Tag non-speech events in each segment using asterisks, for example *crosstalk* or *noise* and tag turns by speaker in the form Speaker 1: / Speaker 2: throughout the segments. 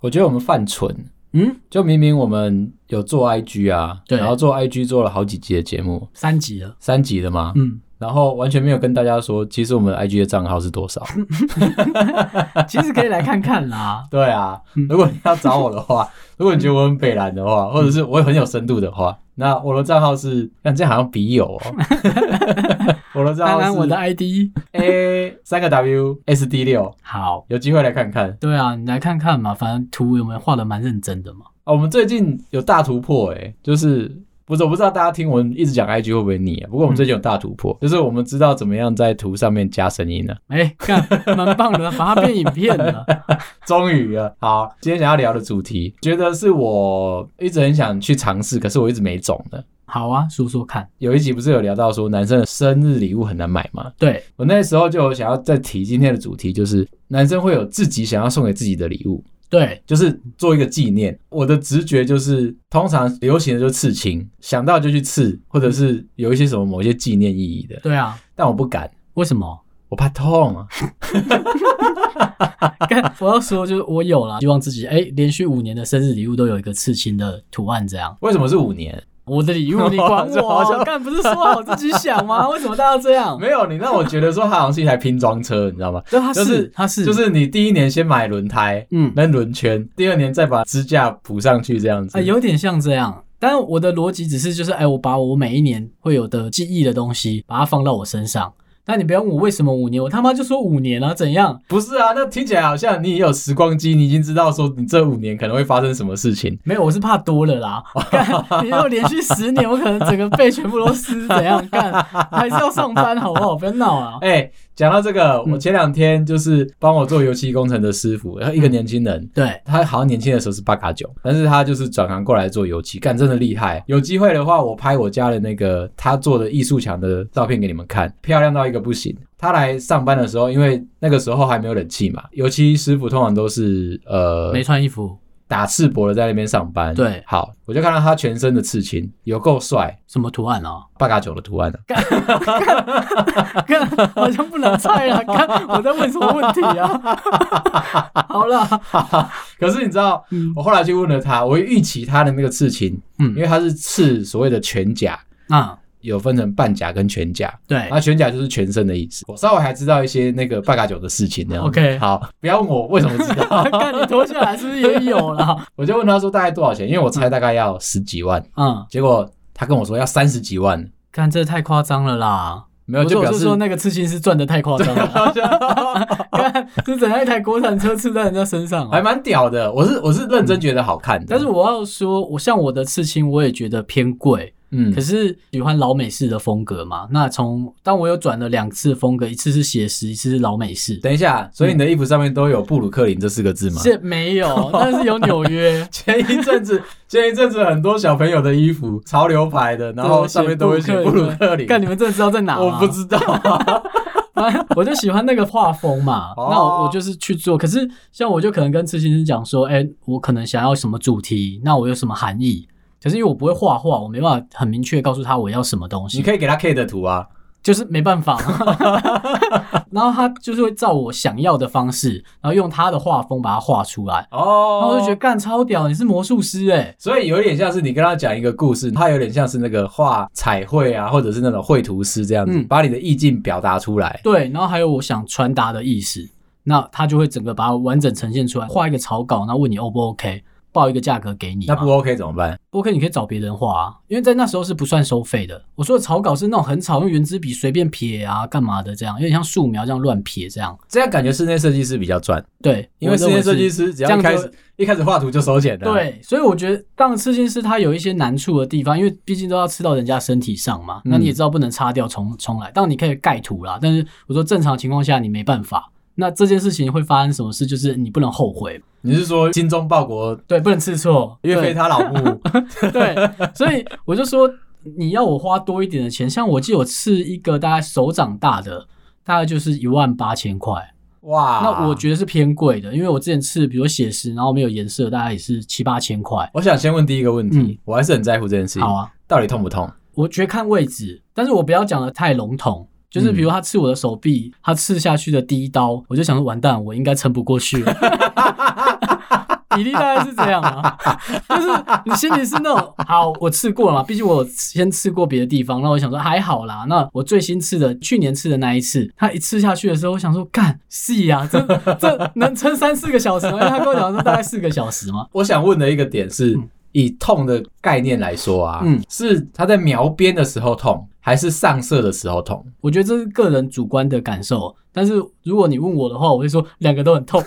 Speaker 1: 我觉得我们犯蠢，
Speaker 2: 嗯，
Speaker 1: 就明明我们有做 IG 啊，
Speaker 2: 对
Speaker 1: 然后做 IG 做了好几集的节目，
Speaker 2: 三级了，
Speaker 1: 三集的嘛，
Speaker 2: 嗯，
Speaker 1: 然后完全没有跟大家说，其实我们 IG 的账号是多少。。
Speaker 2: *laughs* 嗯其实可以来看看啦
Speaker 1: *laughs* 对啊
Speaker 2: 嗯，
Speaker 1: 如果你要找我的
Speaker 2: *laughs*
Speaker 1: 话，如果你觉得我很北蓝的话，或者是我很有深度的话，那我的账号是，看这好像笔
Speaker 2: *laughs*
Speaker 1: 友哦，我的账
Speaker 2: 当然，
Speaker 1: 号
Speaker 2: 我
Speaker 1: 是
Speaker 2: 的 ID
Speaker 1: A 三个 W S D 六，
Speaker 2: 好，
Speaker 1: 有机会来看看
Speaker 2: 对啊，你来看看嘛，反正图有没有画的蛮认真的嘛。
Speaker 1: 啊。我们最近有大突破诶、就是。不是，我不知道大家听我们一直讲 IG 会不会腻啊？不过我们最近有大突破，就是我们知道怎么样在图上面加声音了、
Speaker 2: 哎，
Speaker 1: *laughs*
Speaker 2: 看蛮棒的，把它变影片了。
Speaker 1: 终于了，好，今天想要聊的主题，觉得是我一直很想去尝试，可是我一直没中的。
Speaker 2: 好啊，说说看。
Speaker 1: 有一集不是有聊到说男生的生日礼物很难买吗？
Speaker 2: 对，
Speaker 1: 我那时候就有想要再提今天的主题，就是男生会有自己想要送给自己的礼物，
Speaker 2: 对，
Speaker 1: 就是做一个纪念。我的直觉就是，通常流行的就是刺青，想到就去刺，或者是有一些什么某些纪念意义的，
Speaker 2: 对啊，
Speaker 1: 但我不敢，
Speaker 2: 为什么？ *laughs*
Speaker 1: 我怕痛啊。
Speaker 2: 看，我要说就是我有啦，希望自己哎、连续五年的生日礼物都有一个刺青的图案这样。
Speaker 1: 为什么是五年？
Speaker 2: 我的礼物你管
Speaker 1: 这 *laughs* 好
Speaker 2: 我？
Speaker 1: 像
Speaker 2: 干不是说好自己想吗？为什么大家要这样？
Speaker 1: 没有，你让我觉得说它好像是一台拼装车，你知道吗？
Speaker 2: 对，他是、
Speaker 1: 就是
Speaker 2: 他是
Speaker 1: 就是你第一年先买轮胎。
Speaker 2: 嗯，
Speaker 1: 跟轮圈，第二年再把支架补上去，这样子。
Speaker 2: 啊、有点像这样。但我的逻辑只是就是，哎，我把我每一年会有的记忆的东西，把它放到我身上。那你不要问我为什么五年，我他妈就说五年啊，怎样？
Speaker 1: 不是啊，那听起来好像你也有时光机，你已经知道说你这五年可能会发生什么事情。
Speaker 2: 没有，我是怕多了啦。干你要连续十年，我可能整个背全部都湿，怎样干？还是要上班好不好？不要闹啊！
Speaker 1: 哎、讲到这个，
Speaker 2: 嗯
Speaker 1: 我前两天就是帮我做油漆工程的师傅，然后一
Speaker 2: 嗯
Speaker 1: 个年轻人。
Speaker 2: 对，
Speaker 1: 他好像年轻的时候是八嘎九，但是他就是转行过来做油漆，干真的厉害。有机会的话，我拍我家的那个他做的艺术墙的照片给你们看，漂亮到一个不行。他来上班的时候，因为那个时候还没有冷气嘛，油漆师傅通常都是呃
Speaker 2: 没穿衣服，
Speaker 1: 打赤膊的在那边上班。
Speaker 2: 对
Speaker 1: 好，我就看到他全身的刺青，有够帅，
Speaker 2: 什么图案啊？
Speaker 1: 八嘎九的图案啊。
Speaker 2: 干，好像不能猜啊！干，我在问什么问题啊？ *laughs* 好啦，
Speaker 1: 可是你知道，
Speaker 2: 嗯
Speaker 1: 我后来去问了他，我预期他的那个刺青，因
Speaker 2: 嗯
Speaker 1: 为他是刺所谓的全甲，
Speaker 2: 啊，
Speaker 1: 有分成半甲跟全甲。
Speaker 2: *laughs* 对
Speaker 1: 那全甲就是全身的意思。我稍微还知道一些那个八嘎九的事情这样子。
Speaker 2: OK
Speaker 1: 好，不要问我为什么知
Speaker 2: *laughs*
Speaker 1: 道，
Speaker 2: 看你脱下来是不是也有啦？ *laughs*
Speaker 1: 我就问他说大概多少钱，因为我猜大概要十几万，
Speaker 2: 嗯，
Speaker 1: 结果他跟我说要三十几万，
Speaker 2: 看这太夸张了啦！
Speaker 1: 没有
Speaker 2: 不是
Speaker 1: 就
Speaker 2: 我
Speaker 1: 表
Speaker 2: 是
Speaker 1: 示
Speaker 2: 说那个刺青师赚的太夸张了， *laughs* 看是怎样一台国产车刺在人家身上啊
Speaker 1: *laughs* 还？蛮屌的。我是我是认真觉得好看的，
Speaker 2: 但是我要说，我像我的刺青，我也觉得偏贵，
Speaker 1: 嗯
Speaker 2: 可是喜欢老美式的风格嘛。那从当我有转了两次风格，一次是写实，一次是老美式，
Speaker 1: 嗯等一下，所以
Speaker 2: 嗯
Speaker 1: 你的衣服上面都有布鲁克林这四个字吗？。
Speaker 2: 这没有，但是有纽约 *laughs*
Speaker 1: 前一阵子，前一阵子很多小朋友的衣服潮流牌的，然后上面都会写布鲁克林。
Speaker 2: 看你们真的知道在哪、啊
Speaker 1: 我不，
Speaker 2: *laughs*
Speaker 1: 知道、
Speaker 2: 反正我就喜欢那个画风嘛。
Speaker 1: 哦
Speaker 2: 那我我就是去做。可是像我就可能跟刺青师讲说，哎、我可能想要什么主题，那我有什么含义？可是因为我不会画画，我没办法很明确告诉他我要什么东西
Speaker 1: 你。可以给他 K 的图啊，
Speaker 2: 就是没办法。
Speaker 1: *laughs*
Speaker 2: 然后他就是会照我想要的方式，然后用他的画风把它画出来。
Speaker 1: 哦
Speaker 2: 然后我就觉得干超屌，你是魔术师哎、
Speaker 1: 所以有点像是你跟他讲一个故事，他有点像是那个画彩绘啊，或者是那种绘图师这样子，
Speaker 2: 嗯
Speaker 1: 把你的意境表达出来。
Speaker 2: 对，然后还有我想传达的意思，那他就会整个把它完整呈现出来，画一个草稿，然后问你 O 不 OK，报一个价格给你嘛。
Speaker 1: 那不 OK 怎么办？
Speaker 2: 不 OK，你可以找别人画啊，因为在那时候是不算收费的。我说的草稿是那种很草，用圆珠笔随便撇啊，干嘛的这样，有点像素描这样乱撇这样。
Speaker 1: 这样感觉室内设计师比较赚，
Speaker 2: 对，
Speaker 1: 因为
Speaker 2: 我
Speaker 1: 室
Speaker 2: 认
Speaker 1: 内设
Speaker 2: 是
Speaker 1: 计师只啊
Speaker 2: 这
Speaker 1: 要
Speaker 2: 样
Speaker 1: 一开
Speaker 2: 就
Speaker 1: 始一开始画图就收钱的、，
Speaker 2: 对，所以我觉得当刺青师他有一些难处的地方，因为毕竟都要吃到人家身体上嘛。
Speaker 1: 嗯
Speaker 2: 那你也知道不能擦掉重重来，当然你可以盖土啦，但是我说正常情况下你没办法。那这件事情会发生什么事？就是你不能后悔，
Speaker 1: 你是说精忠报国，
Speaker 2: 对，不能吃错，
Speaker 1: 岳飞
Speaker 2: 对
Speaker 1: 他老
Speaker 2: *laughs*
Speaker 1: 母？
Speaker 2: 对，所以我就说你要我花多一点的钱，像我记得我刺一个大概手掌大的，大概就是一万八千块。
Speaker 1: 哇，
Speaker 2: 那我觉得是偏贵的，因为我之前刺，比如写实，然后没有颜色，大概也是七八千块。
Speaker 1: 我想先问第一个问题，
Speaker 2: 嗯
Speaker 1: 我还是很在乎这件事情，
Speaker 2: 好啊，
Speaker 1: 到底痛不痛？
Speaker 2: 我觉得看位置，但是我不要讲的太笼统。就是比如他刺我的手臂，他刺下去的第一刀，我就想说完蛋，我应该撑不过去了。比例大概是这样啊，就是你心里是那种好，我吃过了嘛，毕竟我先吃过别的地方，那我想说还好啦。那我最新吃的，去年吃的那一次，他一吃下去的时候，我想说干是呀，这这能撑三四个小时吗？因为他跟我讲说大概四个小时嘛，
Speaker 1: 我想问的一个点是，以痛的概念来说啊，
Speaker 2: 嗯
Speaker 1: 是它在描边的时候痛，还是上色的时候痛？
Speaker 2: 我觉得这是个人主观的感受。但是如果你问我的话，我会说两个
Speaker 1: *laughs*
Speaker 2: 都很痛，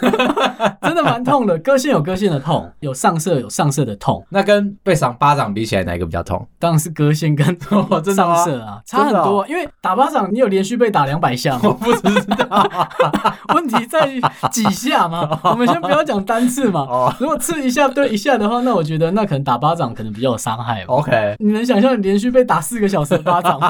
Speaker 2: 真的蛮痛的，割线有割线的痛，有上色有上色的痛。
Speaker 1: 那跟被赏巴掌比起来，哪一个比较痛？
Speaker 2: 当然是割线跟
Speaker 1: *laughs* 哦真的吗
Speaker 2: 上色啊，差
Speaker 1: 真
Speaker 2: 很
Speaker 1: 的
Speaker 2: 多、
Speaker 1: 哦
Speaker 2: 啊。因为打巴掌，你有连续被打两百下吗？
Speaker 1: 不知道
Speaker 2: *laughs* 问题在于几
Speaker 1: *laughs*
Speaker 2: 下嘛。我们先不要讲单次嘛。
Speaker 1: 哦。
Speaker 2: 如果刺一下对一下的话，那我觉得那可能打巴掌可能比较有伤害吧。
Speaker 1: OK，
Speaker 2: 你能想象你连续被打四个小时的巴掌
Speaker 1: *laughs*
Speaker 2: 吗？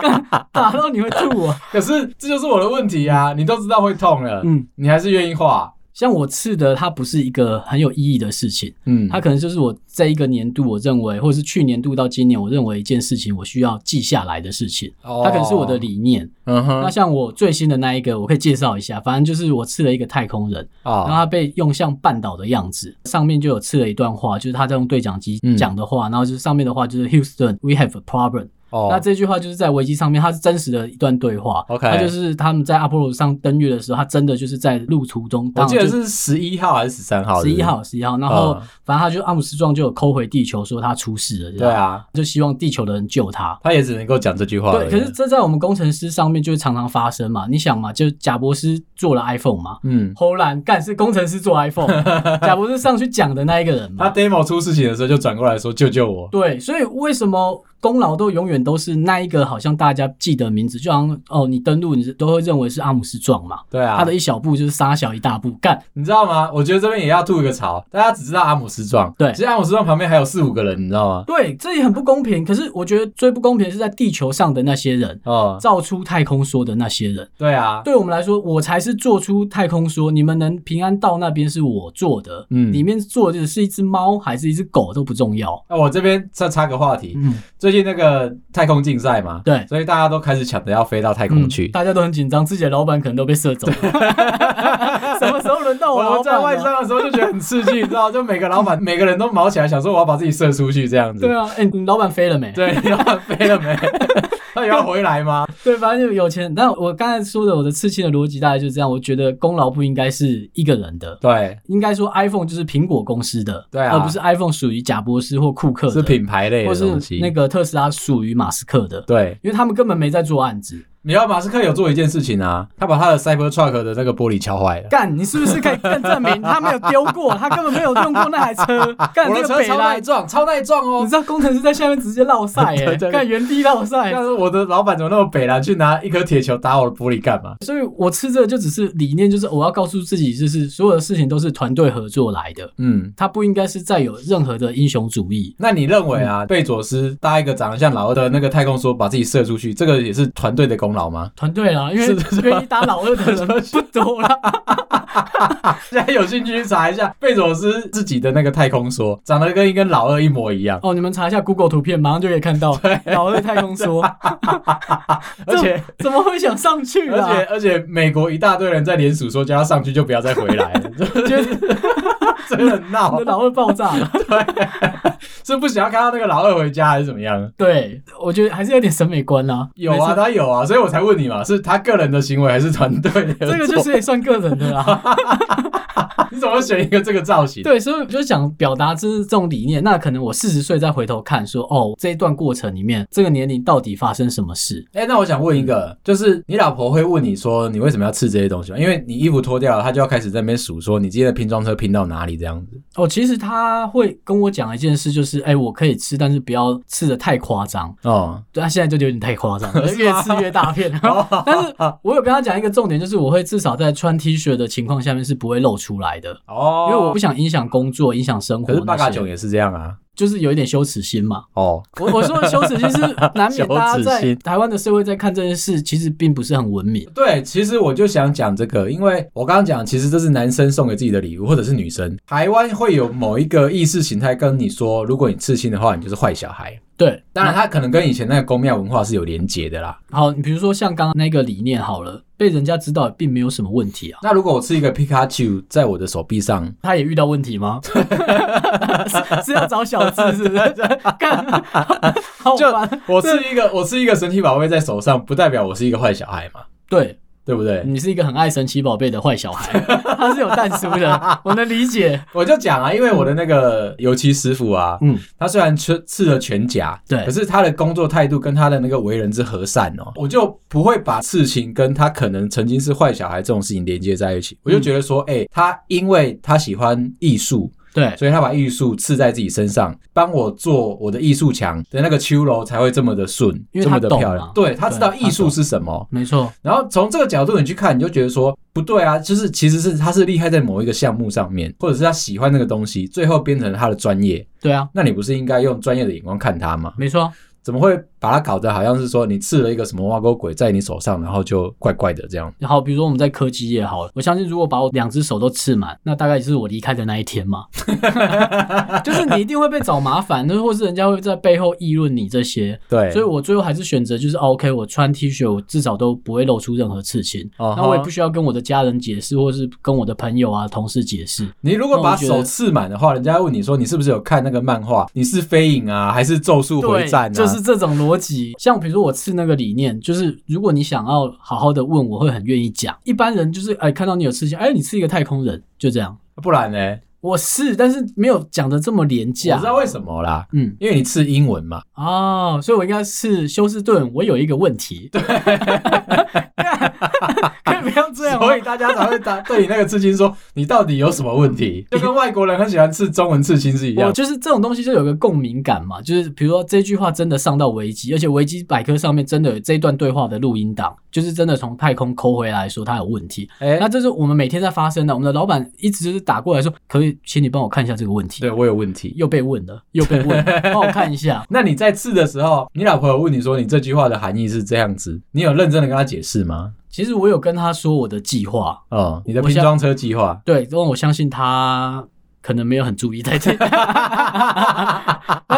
Speaker 2: 干打到你会吐啊！
Speaker 1: 可是这就是我的问题啊！你都知道会痛了，
Speaker 2: 嗯，
Speaker 1: 你还是愿意画，
Speaker 2: 像我刺的，它不是一个很有意义的事情。
Speaker 1: 嗯，
Speaker 2: 它可能就是我这一个年度，我认为，或者是去年度到今年，我认为一件事情，我需要记下来的事情。
Speaker 1: 它
Speaker 2: 它可能是我的，理念。
Speaker 1: 哦嗯哼，
Speaker 2: 那像我最新的那一个，我可以介绍一下。反正就是我刺了一个太空人，然后
Speaker 1: 啊，
Speaker 2: 他被用像半岛的样子，上面就有刺了一段话，就是他在用对讲机
Speaker 1: 嗯
Speaker 2: 讲的话，然后就是上面的话就是 Houston，we have a problem。
Speaker 1: 哦
Speaker 2: 那这句话就是在维基上面，它是真实的一段对话。
Speaker 1: OK
Speaker 2: 它就是他们在阿波罗上登月的时候，他真的就是在路途中，
Speaker 1: 我
Speaker 2: 当
Speaker 1: 记
Speaker 2: 然
Speaker 1: 得
Speaker 2: 就是
Speaker 1: 十一号还是十三号？
Speaker 2: 十
Speaker 1: 是
Speaker 2: 一
Speaker 1: 不是，
Speaker 2: 号，十一号。然后
Speaker 1: 嗯
Speaker 2: 反正他就阿姆斯壮就有抠回地球说他出事了，这
Speaker 1: 对
Speaker 2: 样，
Speaker 1: 啊，
Speaker 2: 就希望地球的人救他。
Speaker 1: 他也只能够讲这句话而
Speaker 2: 对，
Speaker 1: 已。
Speaker 2: 可是这在我们工程师上面就是常常发生嘛。你想嘛，就贾博士做了 iPhone 嘛，
Speaker 1: 嗯，
Speaker 2: 侯兰干是工程师做
Speaker 1: *laughs*
Speaker 2: iPhone，贾博士上去讲的那一个人
Speaker 1: 他 *laughs*
Speaker 2: 嘛。
Speaker 1: demo 出事情的时候就转过来说：“救救我
Speaker 2: 对，所以为什么功劳都永远都是那一个好像大家记得名字，就好像哦，你登录你是都会认为是阿姆斯壮嘛，！”
Speaker 1: 对啊，
Speaker 2: 他的一小步就是杀小一大步，干
Speaker 1: 你知道吗？我觉得这边也要吐一个槽，大家只知道阿姆斯壮，
Speaker 2: 对
Speaker 1: 其实阿姆斯壮旁边还有四五个人，你知道吗？
Speaker 2: 对，这也很不公平。可是我觉得最不公平的是在地球上的那些人，
Speaker 1: 哦，
Speaker 2: 造出太空梭的那些人。
Speaker 1: 对啊，
Speaker 2: 对我们来说，我才是做出太空梭，你们能平安到那边是我做的，
Speaker 1: 嗯
Speaker 2: 里面做的是一只猫还是一只狗都不重要，
Speaker 1: 那我这边再插个话题，
Speaker 2: 嗯，
Speaker 1: 最近那个太空竞赛嘛，
Speaker 2: 对嗯
Speaker 1: 所以大家都开始抢着要飞到太空去。
Speaker 2: 大家都很紧张，自己的老板可能都被射
Speaker 1: *laughs*
Speaker 2: 走了，什么时候轮到我
Speaker 1: 我
Speaker 2: 老
Speaker 1: 们在
Speaker 2: 板
Speaker 1: 外
Speaker 2: 了、
Speaker 1: 商的时候就觉得很刺激，你知道，就每个老板每个人都毛起来，想说我要把自己射出去这样子。
Speaker 2: 对啊，哎、你老板飞了没？
Speaker 1: 对， *laughs* 老板飞了没？他有要回来吗？
Speaker 2: 对，反正就有钱。但我刚才说的我的刺青的逻辑大概就是这样，我觉得功劳不应该是一个人的，
Speaker 1: 对，
Speaker 2: 应该说 iPhone 就是苹果公司的，
Speaker 1: 对啊
Speaker 2: 而不是 iPhone 属于贾博士或库克的，
Speaker 1: 是品牌类
Speaker 2: 或
Speaker 1: 的东
Speaker 2: 是
Speaker 1: 西。
Speaker 2: 那个特斯拉属于马斯克的，
Speaker 1: 对，
Speaker 2: 因为他们根本没在做案子。
Speaker 1: 你要马斯克有做一件事情啊，他把他的 Cybertruck 的那个玻璃敲坏了。
Speaker 2: 干，你是不是可以更证明
Speaker 1: *laughs*
Speaker 2: 他没有丢过，他根本没有用过那台车？ *laughs* 干
Speaker 1: 我
Speaker 2: 这
Speaker 1: 的
Speaker 2: 个
Speaker 1: 车
Speaker 2: 北
Speaker 1: 超
Speaker 2: 来
Speaker 1: 耐，撞，超耐撞
Speaker 2: 你 *laughs*
Speaker 1: 哦。
Speaker 2: 知道工程师在下面直接落赛
Speaker 1: *laughs* 对
Speaker 2: 耶，
Speaker 1: 对对
Speaker 2: 干原地落赛
Speaker 1: 但。是我的老板怎么那么北啦？去拿一颗铁球打我的玻璃干嘛？
Speaker 2: 所以我吃这个就只是理念，就是我要告诉自己，就是所有的事情都是团队合作来的，
Speaker 1: 嗯，
Speaker 2: 他不应该是再有任何的英雄主义。
Speaker 1: 那你认为
Speaker 2: 嗯
Speaker 1: 啊，贝佐斯搭一个长得像老二的那个太空梭，把自己射出去，这个也是团队的功劳吗？ *laughs*
Speaker 2: 团队啊啦，因为
Speaker 1: 是是是
Speaker 2: 愿意打老二的人不多啦。
Speaker 1: 大家有兴趣去查一下贝佐斯自己的那个太空梭，长得跟一跟老二一模一样，
Speaker 2: 哦，你们查一下 Google 图片，马上就可以看到老二太空梭，
Speaker 1: 而且
Speaker 2: 怎么会想上去啊
Speaker 1: 而且
Speaker 2: 啦？
Speaker 1: 而且美国一大堆人在联署说叫他上去就不要再回来了， *laughs*
Speaker 2: 觉得 *laughs*
Speaker 1: 真的很闹啊
Speaker 2: 我的，老二爆炸了。
Speaker 1: 是不想要看到那个老二回家还是怎么样？
Speaker 2: *laughs* 对，我觉得还是有点审美观啦、
Speaker 1: *laughs* 有
Speaker 2: 没
Speaker 1: 啊，
Speaker 2: 错，
Speaker 1: 他有啊，所以我才问你嘛，是他个人的行为还是团队 *laughs* 的合作？
Speaker 2: 这个就是也算个人
Speaker 1: *laughs*
Speaker 2: 的啦。
Speaker 1: 你怎么选一个这个造型？
Speaker 2: 对，所以我就想表达就是这种理念。那可能我四十岁再回头看说，哦，这一段过程里面，这个年龄到底发生什么事？
Speaker 1: 哎、那我想问一个，就是你老婆会问你说你为什么要吃这些东西吗？因为你衣服脱掉了，她就要开始在那边数说你今天的拼装车拼到哪里这样子。
Speaker 2: 哦，其实他会跟我讲一件事，就是，哎、我可以吃，但是不要吃的太夸张。
Speaker 1: *laughs* 哦，
Speaker 2: 对，他现在就有点太夸张
Speaker 1: *laughs*
Speaker 2: 了，越吃越大片。但是我有跟他讲一个重点，就是我会至少在穿 T 恤的情况下面是不会露出来的，
Speaker 1: 哦
Speaker 2: 因为我不想影响工作、影响生活
Speaker 1: 可
Speaker 2: 那些。
Speaker 1: 是八嘎囧也是这样啊，
Speaker 2: 就是有一点羞耻心嘛。
Speaker 1: 哦，
Speaker 2: 我我说的羞耻心是难免大家
Speaker 3: *laughs* 羞耻
Speaker 2: 在
Speaker 3: 心
Speaker 2: 台湾的社会在看这件事，其实并不是很文明。
Speaker 1: 对，其实我就想讲这个，因为我刚刚讲，其实这是男生送给自己的礼物，或者是女生。台湾会有某一个意识形态跟你说，如果你刺青的话，你就是坏小孩。
Speaker 2: 对，
Speaker 1: 当然，他可能跟以前那个公庙文化是有连结的啦。
Speaker 2: 好，你比如说像刚刚那个理念好了，被人家知道并没有什么问题啊。
Speaker 1: 那如果我刺一个皮卡丘在我的手臂上，
Speaker 2: 他也遇到问
Speaker 3: *laughs*
Speaker 2: 题吗？是是要找小智是不是？
Speaker 3: *laughs*
Speaker 2: 干，好
Speaker 1: 就
Speaker 2: 烦。
Speaker 1: *laughs* 我刺一个，我刺一个神奇宝贝在手上，不代表我是一个坏小孩嘛，
Speaker 2: 对
Speaker 1: 对不对？
Speaker 2: 你是一个很爱神奇宝贝的坏
Speaker 3: *laughs*
Speaker 2: 小孩，他是有淡叔的，我能理解。
Speaker 1: 我就讲啊，因为我的那个油漆师傅啊，
Speaker 2: 嗯，
Speaker 1: 他虽然刺刺了全甲，
Speaker 2: 对
Speaker 1: 可是他的工作态度跟他的那个为人之和善哦，我就不会把事情跟他可能曾经是坏小孩这种事情连接在一起。我就觉得说，哎、他因为他喜欢艺术，
Speaker 2: 对，
Speaker 1: 所以他把艺术刺在自己身上，帮我做我的艺术墙的那个秋楼才会这么的顺，
Speaker 2: 因为
Speaker 1: 这
Speaker 2: 他
Speaker 1: 么的
Speaker 2: 懂
Speaker 1: 漂
Speaker 2: 嘛
Speaker 1: 亮。对他知道
Speaker 2: 对他
Speaker 1: 艺术
Speaker 2: 懂
Speaker 1: 是什么，
Speaker 2: 没错，
Speaker 1: 然后从这个角度你去看，你就觉得说不对啊，就是其实是他是厉害在某一个项目上面，或者是他喜欢那个东西，最后变成他的专业，
Speaker 2: 对啊，
Speaker 1: 那你不是应该用专业的眼光看他吗？
Speaker 2: 没错，
Speaker 1: 怎么会把他搞得好像是说你刺了一个什么挖沟鬼在你手上，然后就怪怪的这样？
Speaker 2: 然后比如说我们在科技业好了，我相信如果把我两只手都刺满，那大概就是我离开的那一
Speaker 1: *laughs*
Speaker 2: 天嘛。就是你一定会被找麻烦，那或是人家会在背后议论你这些。
Speaker 1: 对，
Speaker 2: 所以我最后还是选择就是啊 OK，我穿 T 恤，我至少都不会露出任何刺青。
Speaker 1: 哦
Speaker 2: 那我也不需要跟我的家人解释，或是跟我的朋友啊、同事解释。
Speaker 1: 你如果把
Speaker 2: 那我觉
Speaker 1: 手
Speaker 2: 得
Speaker 1: 刺满的话，人家问你说你是不是有看那个漫画？你是飞影啊，还是咒术回战啊？
Speaker 2: 就是这种逻辑。像比如说我刺那个理念，就是如果你想要好好的问，我会很愿意讲。一般人就是哎，看到你有刺青，哎，你刺一个太空人，就这样。
Speaker 1: 不然呢？
Speaker 2: 我是，但是没有讲的这么廉
Speaker 1: 我
Speaker 2: 价。
Speaker 1: 知道为什么啦，
Speaker 2: 嗯，
Speaker 1: 因为你刺英文嘛。
Speaker 2: 哦，所以我应该是休斯顿。我有一个
Speaker 1: *laughs*
Speaker 2: 问题，对， *laughs* 可以不要这样吗
Speaker 1: 所以大家才会 *laughs* 打对你那个刺青说你到底有什么问 *laughs* 题，哦就跟外国人很喜欢刺中文刺青是一
Speaker 2: 我
Speaker 1: 样。
Speaker 2: 就是这种东西就有个共鸣感嘛，就是比如说这句话真的上到维基，而且维基百科上面真的有这一段对话的录音档，就是真的从太空抠回来说它有问题。
Speaker 1: 哎、
Speaker 2: 那这是我们每天在发生的，我们的老板一直就是打过来说，可以请你帮我看一下这个问题
Speaker 1: 对，我有问题。
Speaker 2: 又被问了，又被问了，帮我看一下。
Speaker 1: 那你在刺的时候，你老婆有问你说你这句话的含义是这样子，你有认真的跟她解释吗？
Speaker 2: 其实我有跟他说我的计划，
Speaker 1: 哦、你的
Speaker 2: 我
Speaker 1: 拼
Speaker 2: 想
Speaker 1: 装车计划，
Speaker 2: 对，因为我相信他可能没有很注意在 *laughs* 听。反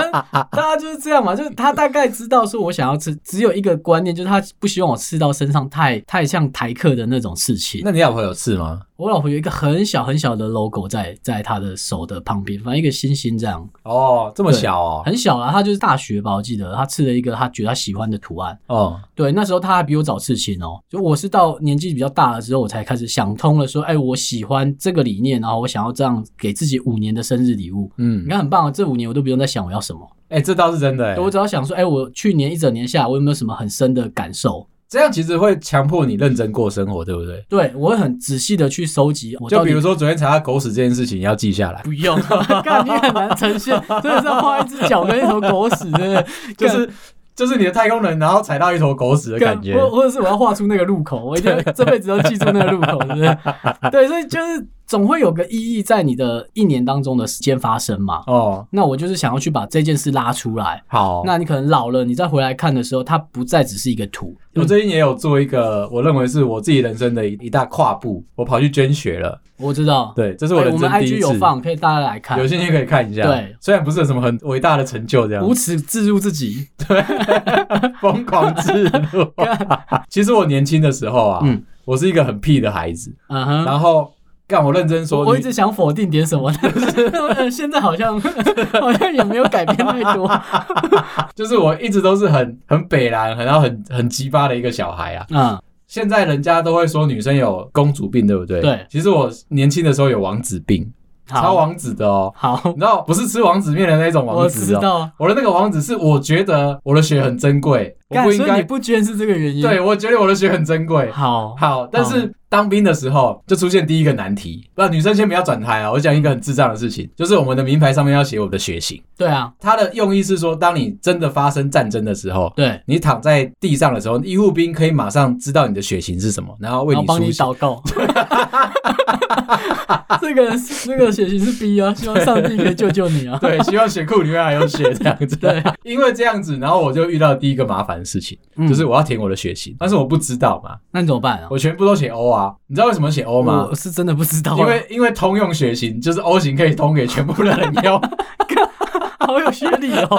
Speaker 2: 正大家就是这样嘛，就是他大概知道说我想要吃，只有一个观念，就是他不希望我吃到身上太太像台客的那种事情。
Speaker 1: 那你老婆有刺吗？
Speaker 2: 我老婆有一个很小很小的 logo 在在她的手的旁边，反正一个星星这样，
Speaker 1: 哦，这么小哦，
Speaker 2: 很小啦。她就是大学吧，我记得她刺了一个她觉得她喜欢的图案。
Speaker 1: 哦，
Speaker 2: 对，那时候她还比我早刺青哦，就我是到年纪比较大了之后，我才开始想通了，说，哎，我喜欢这个理念，然后我想要这样给自己五年的生日礼物。
Speaker 1: 嗯
Speaker 2: 你，看很棒啊，这五年我都不用再想我要什么。
Speaker 1: 哎、这倒是真的、哎
Speaker 2: 我只要想说，哎、我去年一整年下来，我有没有什么很深的感受？
Speaker 1: 这样其实会强迫你认真过生活，对不对？
Speaker 2: 对我会很仔细的去收集。我
Speaker 1: 就
Speaker 2: 到
Speaker 1: 比
Speaker 2: 底
Speaker 1: 如说昨天查到狗屎这件事情，你要记下来。
Speaker 2: 不用， *laughs* 干你很难呈现，真的是要画一只脚跟一坨狗屎，真的
Speaker 1: *laughs* 就是就是你的太空人，然后踩到一坨狗屎的
Speaker 2: 干
Speaker 1: 感觉。
Speaker 2: 啊或或者是啊我要画出那个路
Speaker 1: *laughs*
Speaker 2: 口，我一定要这辈子都记住那个路口，对不对？对，所以就是总会有个意义在你的一年当中的时间发生嘛。
Speaker 1: 哦，
Speaker 2: 那我就是想要去把这件事拉出来。
Speaker 1: 好，
Speaker 2: 那你可能老了，你再回来看的时候，它不再只是一个图，嗯
Speaker 1: 我最近也有做一个，我认为是我自己人生的一一大跨步，我跑去捐血了。
Speaker 2: 我知道，
Speaker 1: 对，这是
Speaker 2: 哎，
Speaker 1: 我人
Speaker 2: 我们
Speaker 1: 生第
Speaker 2: IG
Speaker 1: 一
Speaker 2: 有
Speaker 1: 次。
Speaker 2: 放，可以大家来看
Speaker 1: 有。兴趣可以看一下。
Speaker 2: 对
Speaker 1: 虽然不是有什么很伟大的成就，这样
Speaker 2: 无耻置入自己，
Speaker 1: 疯狂自
Speaker 2: *laughs*
Speaker 1: 入。其实我年轻的时候啊，
Speaker 2: 嗯
Speaker 1: 我是一个很屁的孩子，
Speaker 2: 嗯哼。
Speaker 1: 然后干我认真说，
Speaker 2: 我一
Speaker 1: 你
Speaker 2: 直想否定点
Speaker 1: *laughs*
Speaker 2: 什么，但是呃现在好像好像也没有改变太
Speaker 1: *laughs*
Speaker 2: 多。
Speaker 1: 就是我一直都是很很北蓝，很然后很很鸡巴的一个小孩啊。
Speaker 2: 嗯，
Speaker 1: 现在人家都会说女生有公主病，对不对？
Speaker 2: 对
Speaker 1: 其实我年轻的时候有王子病，超
Speaker 2: 好，
Speaker 1: 王子的哦。
Speaker 2: 好
Speaker 1: 你，知道不是吃王子面的那种王
Speaker 2: 我
Speaker 1: 子
Speaker 2: 知
Speaker 1: 哦。
Speaker 2: 道，
Speaker 1: 我的那个王子是我觉得我的血很珍贵，我不应
Speaker 2: 所以
Speaker 1: 该
Speaker 2: 你。不捐是这个原因。
Speaker 1: 对，，我觉得我的血很珍贵。
Speaker 2: 好，
Speaker 1: 好，但是当兵的时候就出现第一个难题。不，女生先不要转台啊，我讲一个很智障的事情，就是我们的名牌上面要写我们的血型。
Speaker 2: 对啊，
Speaker 1: 它的用意是说，当你真的发生战争的时候，
Speaker 2: 对，
Speaker 1: 你躺在地上的时候，医护兵可以马上知道你的血型是什么，然后为
Speaker 2: 然
Speaker 1: 你
Speaker 2: 后帮
Speaker 1: 输
Speaker 2: 你
Speaker 1: 血。
Speaker 2: 祷告。 *laughs* 这个人是那个血型是 B 啊，希望上帝可以救救你啊。
Speaker 1: *laughs* 对，希望血库里面还有血这样子。
Speaker 2: *laughs* 对，
Speaker 1: *laughs* 因为这样子，然后我就遇到第一个麻烦的事情，
Speaker 2: 嗯
Speaker 1: 就是我要填我的血型，但是我不知道嘛，
Speaker 2: *laughs* 那你怎么办啊？
Speaker 1: 我全部都写 O 啊。你知道为什么写 O 吗
Speaker 2: 我？是真的不知道啊，
Speaker 1: 因为因为通用血型就是 O 型可以通给全部的人
Speaker 2: *laughs*
Speaker 1: 用，
Speaker 2: *laughs* 好有学历哦。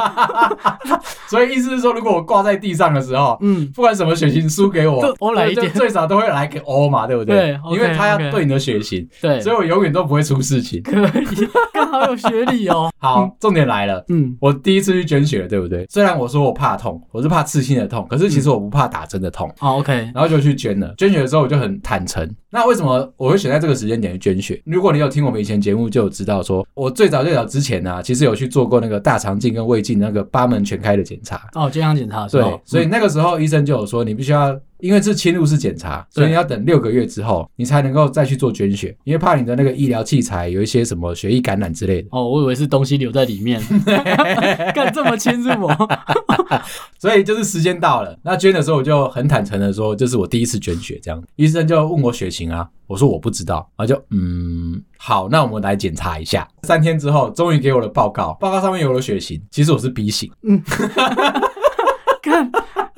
Speaker 1: 所以意思是说，如果我挂在地上的时候，
Speaker 2: 嗯，
Speaker 1: 不管什么血型输给我
Speaker 2: 就，欧来一
Speaker 1: 就
Speaker 2: 点
Speaker 1: 最少都会来给 O 嘛，对不
Speaker 2: 对
Speaker 1: 因为
Speaker 2: OK，
Speaker 1: 他要
Speaker 2: OK
Speaker 1: 对你的血型，
Speaker 2: 对，
Speaker 1: 所以我永远都不会出事情。
Speaker 2: 可以， *laughs* 刚好有学历
Speaker 1: *laughs*
Speaker 2: 哦。
Speaker 1: 好，重点来了。
Speaker 2: 嗯，
Speaker 1: 我第一次去捐血，对不对？虽然我说我怕痛，我是怕刺青的痛，可是其
Speaker 2: 嗯
Speaker 1: 实我不怕打针的痛。
Speaker 2: 好，OK，
Speaker 1: 然后就去捐了。捐血的时候我就很坦诚。那为什么我会选在这个时间点去捐血？如果你有听我们以前节目，就有知道说，我最早最早之前呢、啊，其实有去做过那个大肠镜跟胃镜那个八门全开的检查。
Speaker 2: 哦，健康检查是
Speaker 1: 对
Speaker 2: 吧？，
Speaker 1: 所以
Speaker 2: 嗯
Speaker 1: 那个时候医生就有说，你必须要。因为是侵入式检查，所以
Speaker 2: 对
Speaker 1: 你要等六个月之后，你才能够再去做捐血，因为怕你的那个医疗器材有一些什么血液感染之类的。
Speaker 2: 哦，我以为是东西留在里面， *laughs* 干这么侵入我， *laughs*
Speaker 1: 所以就是时间到了，那捐的时候我就很坦诚的说，这是我第一次捐血，这样医生就问我血型啊，我说我不知道，然后就嗯好，那我们来检查一下。三天之后，终于给我的报告，报告上面有我的血型，其实我是 B 型，
Speaker 2: 看，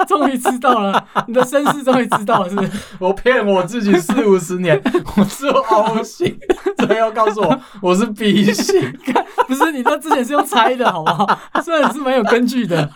Speaker 2: 终于知道了，你的身世终于知道了，是不是？
Speaker 1: 我骗我自己四五十
Speaker 2: *laughs*
Speaker 1: 年，我是 O 型，最后告诉我我是 B 型，
Speaker 2: 不是，你那之前是用猜的好不好？虽然是蛮有根据的，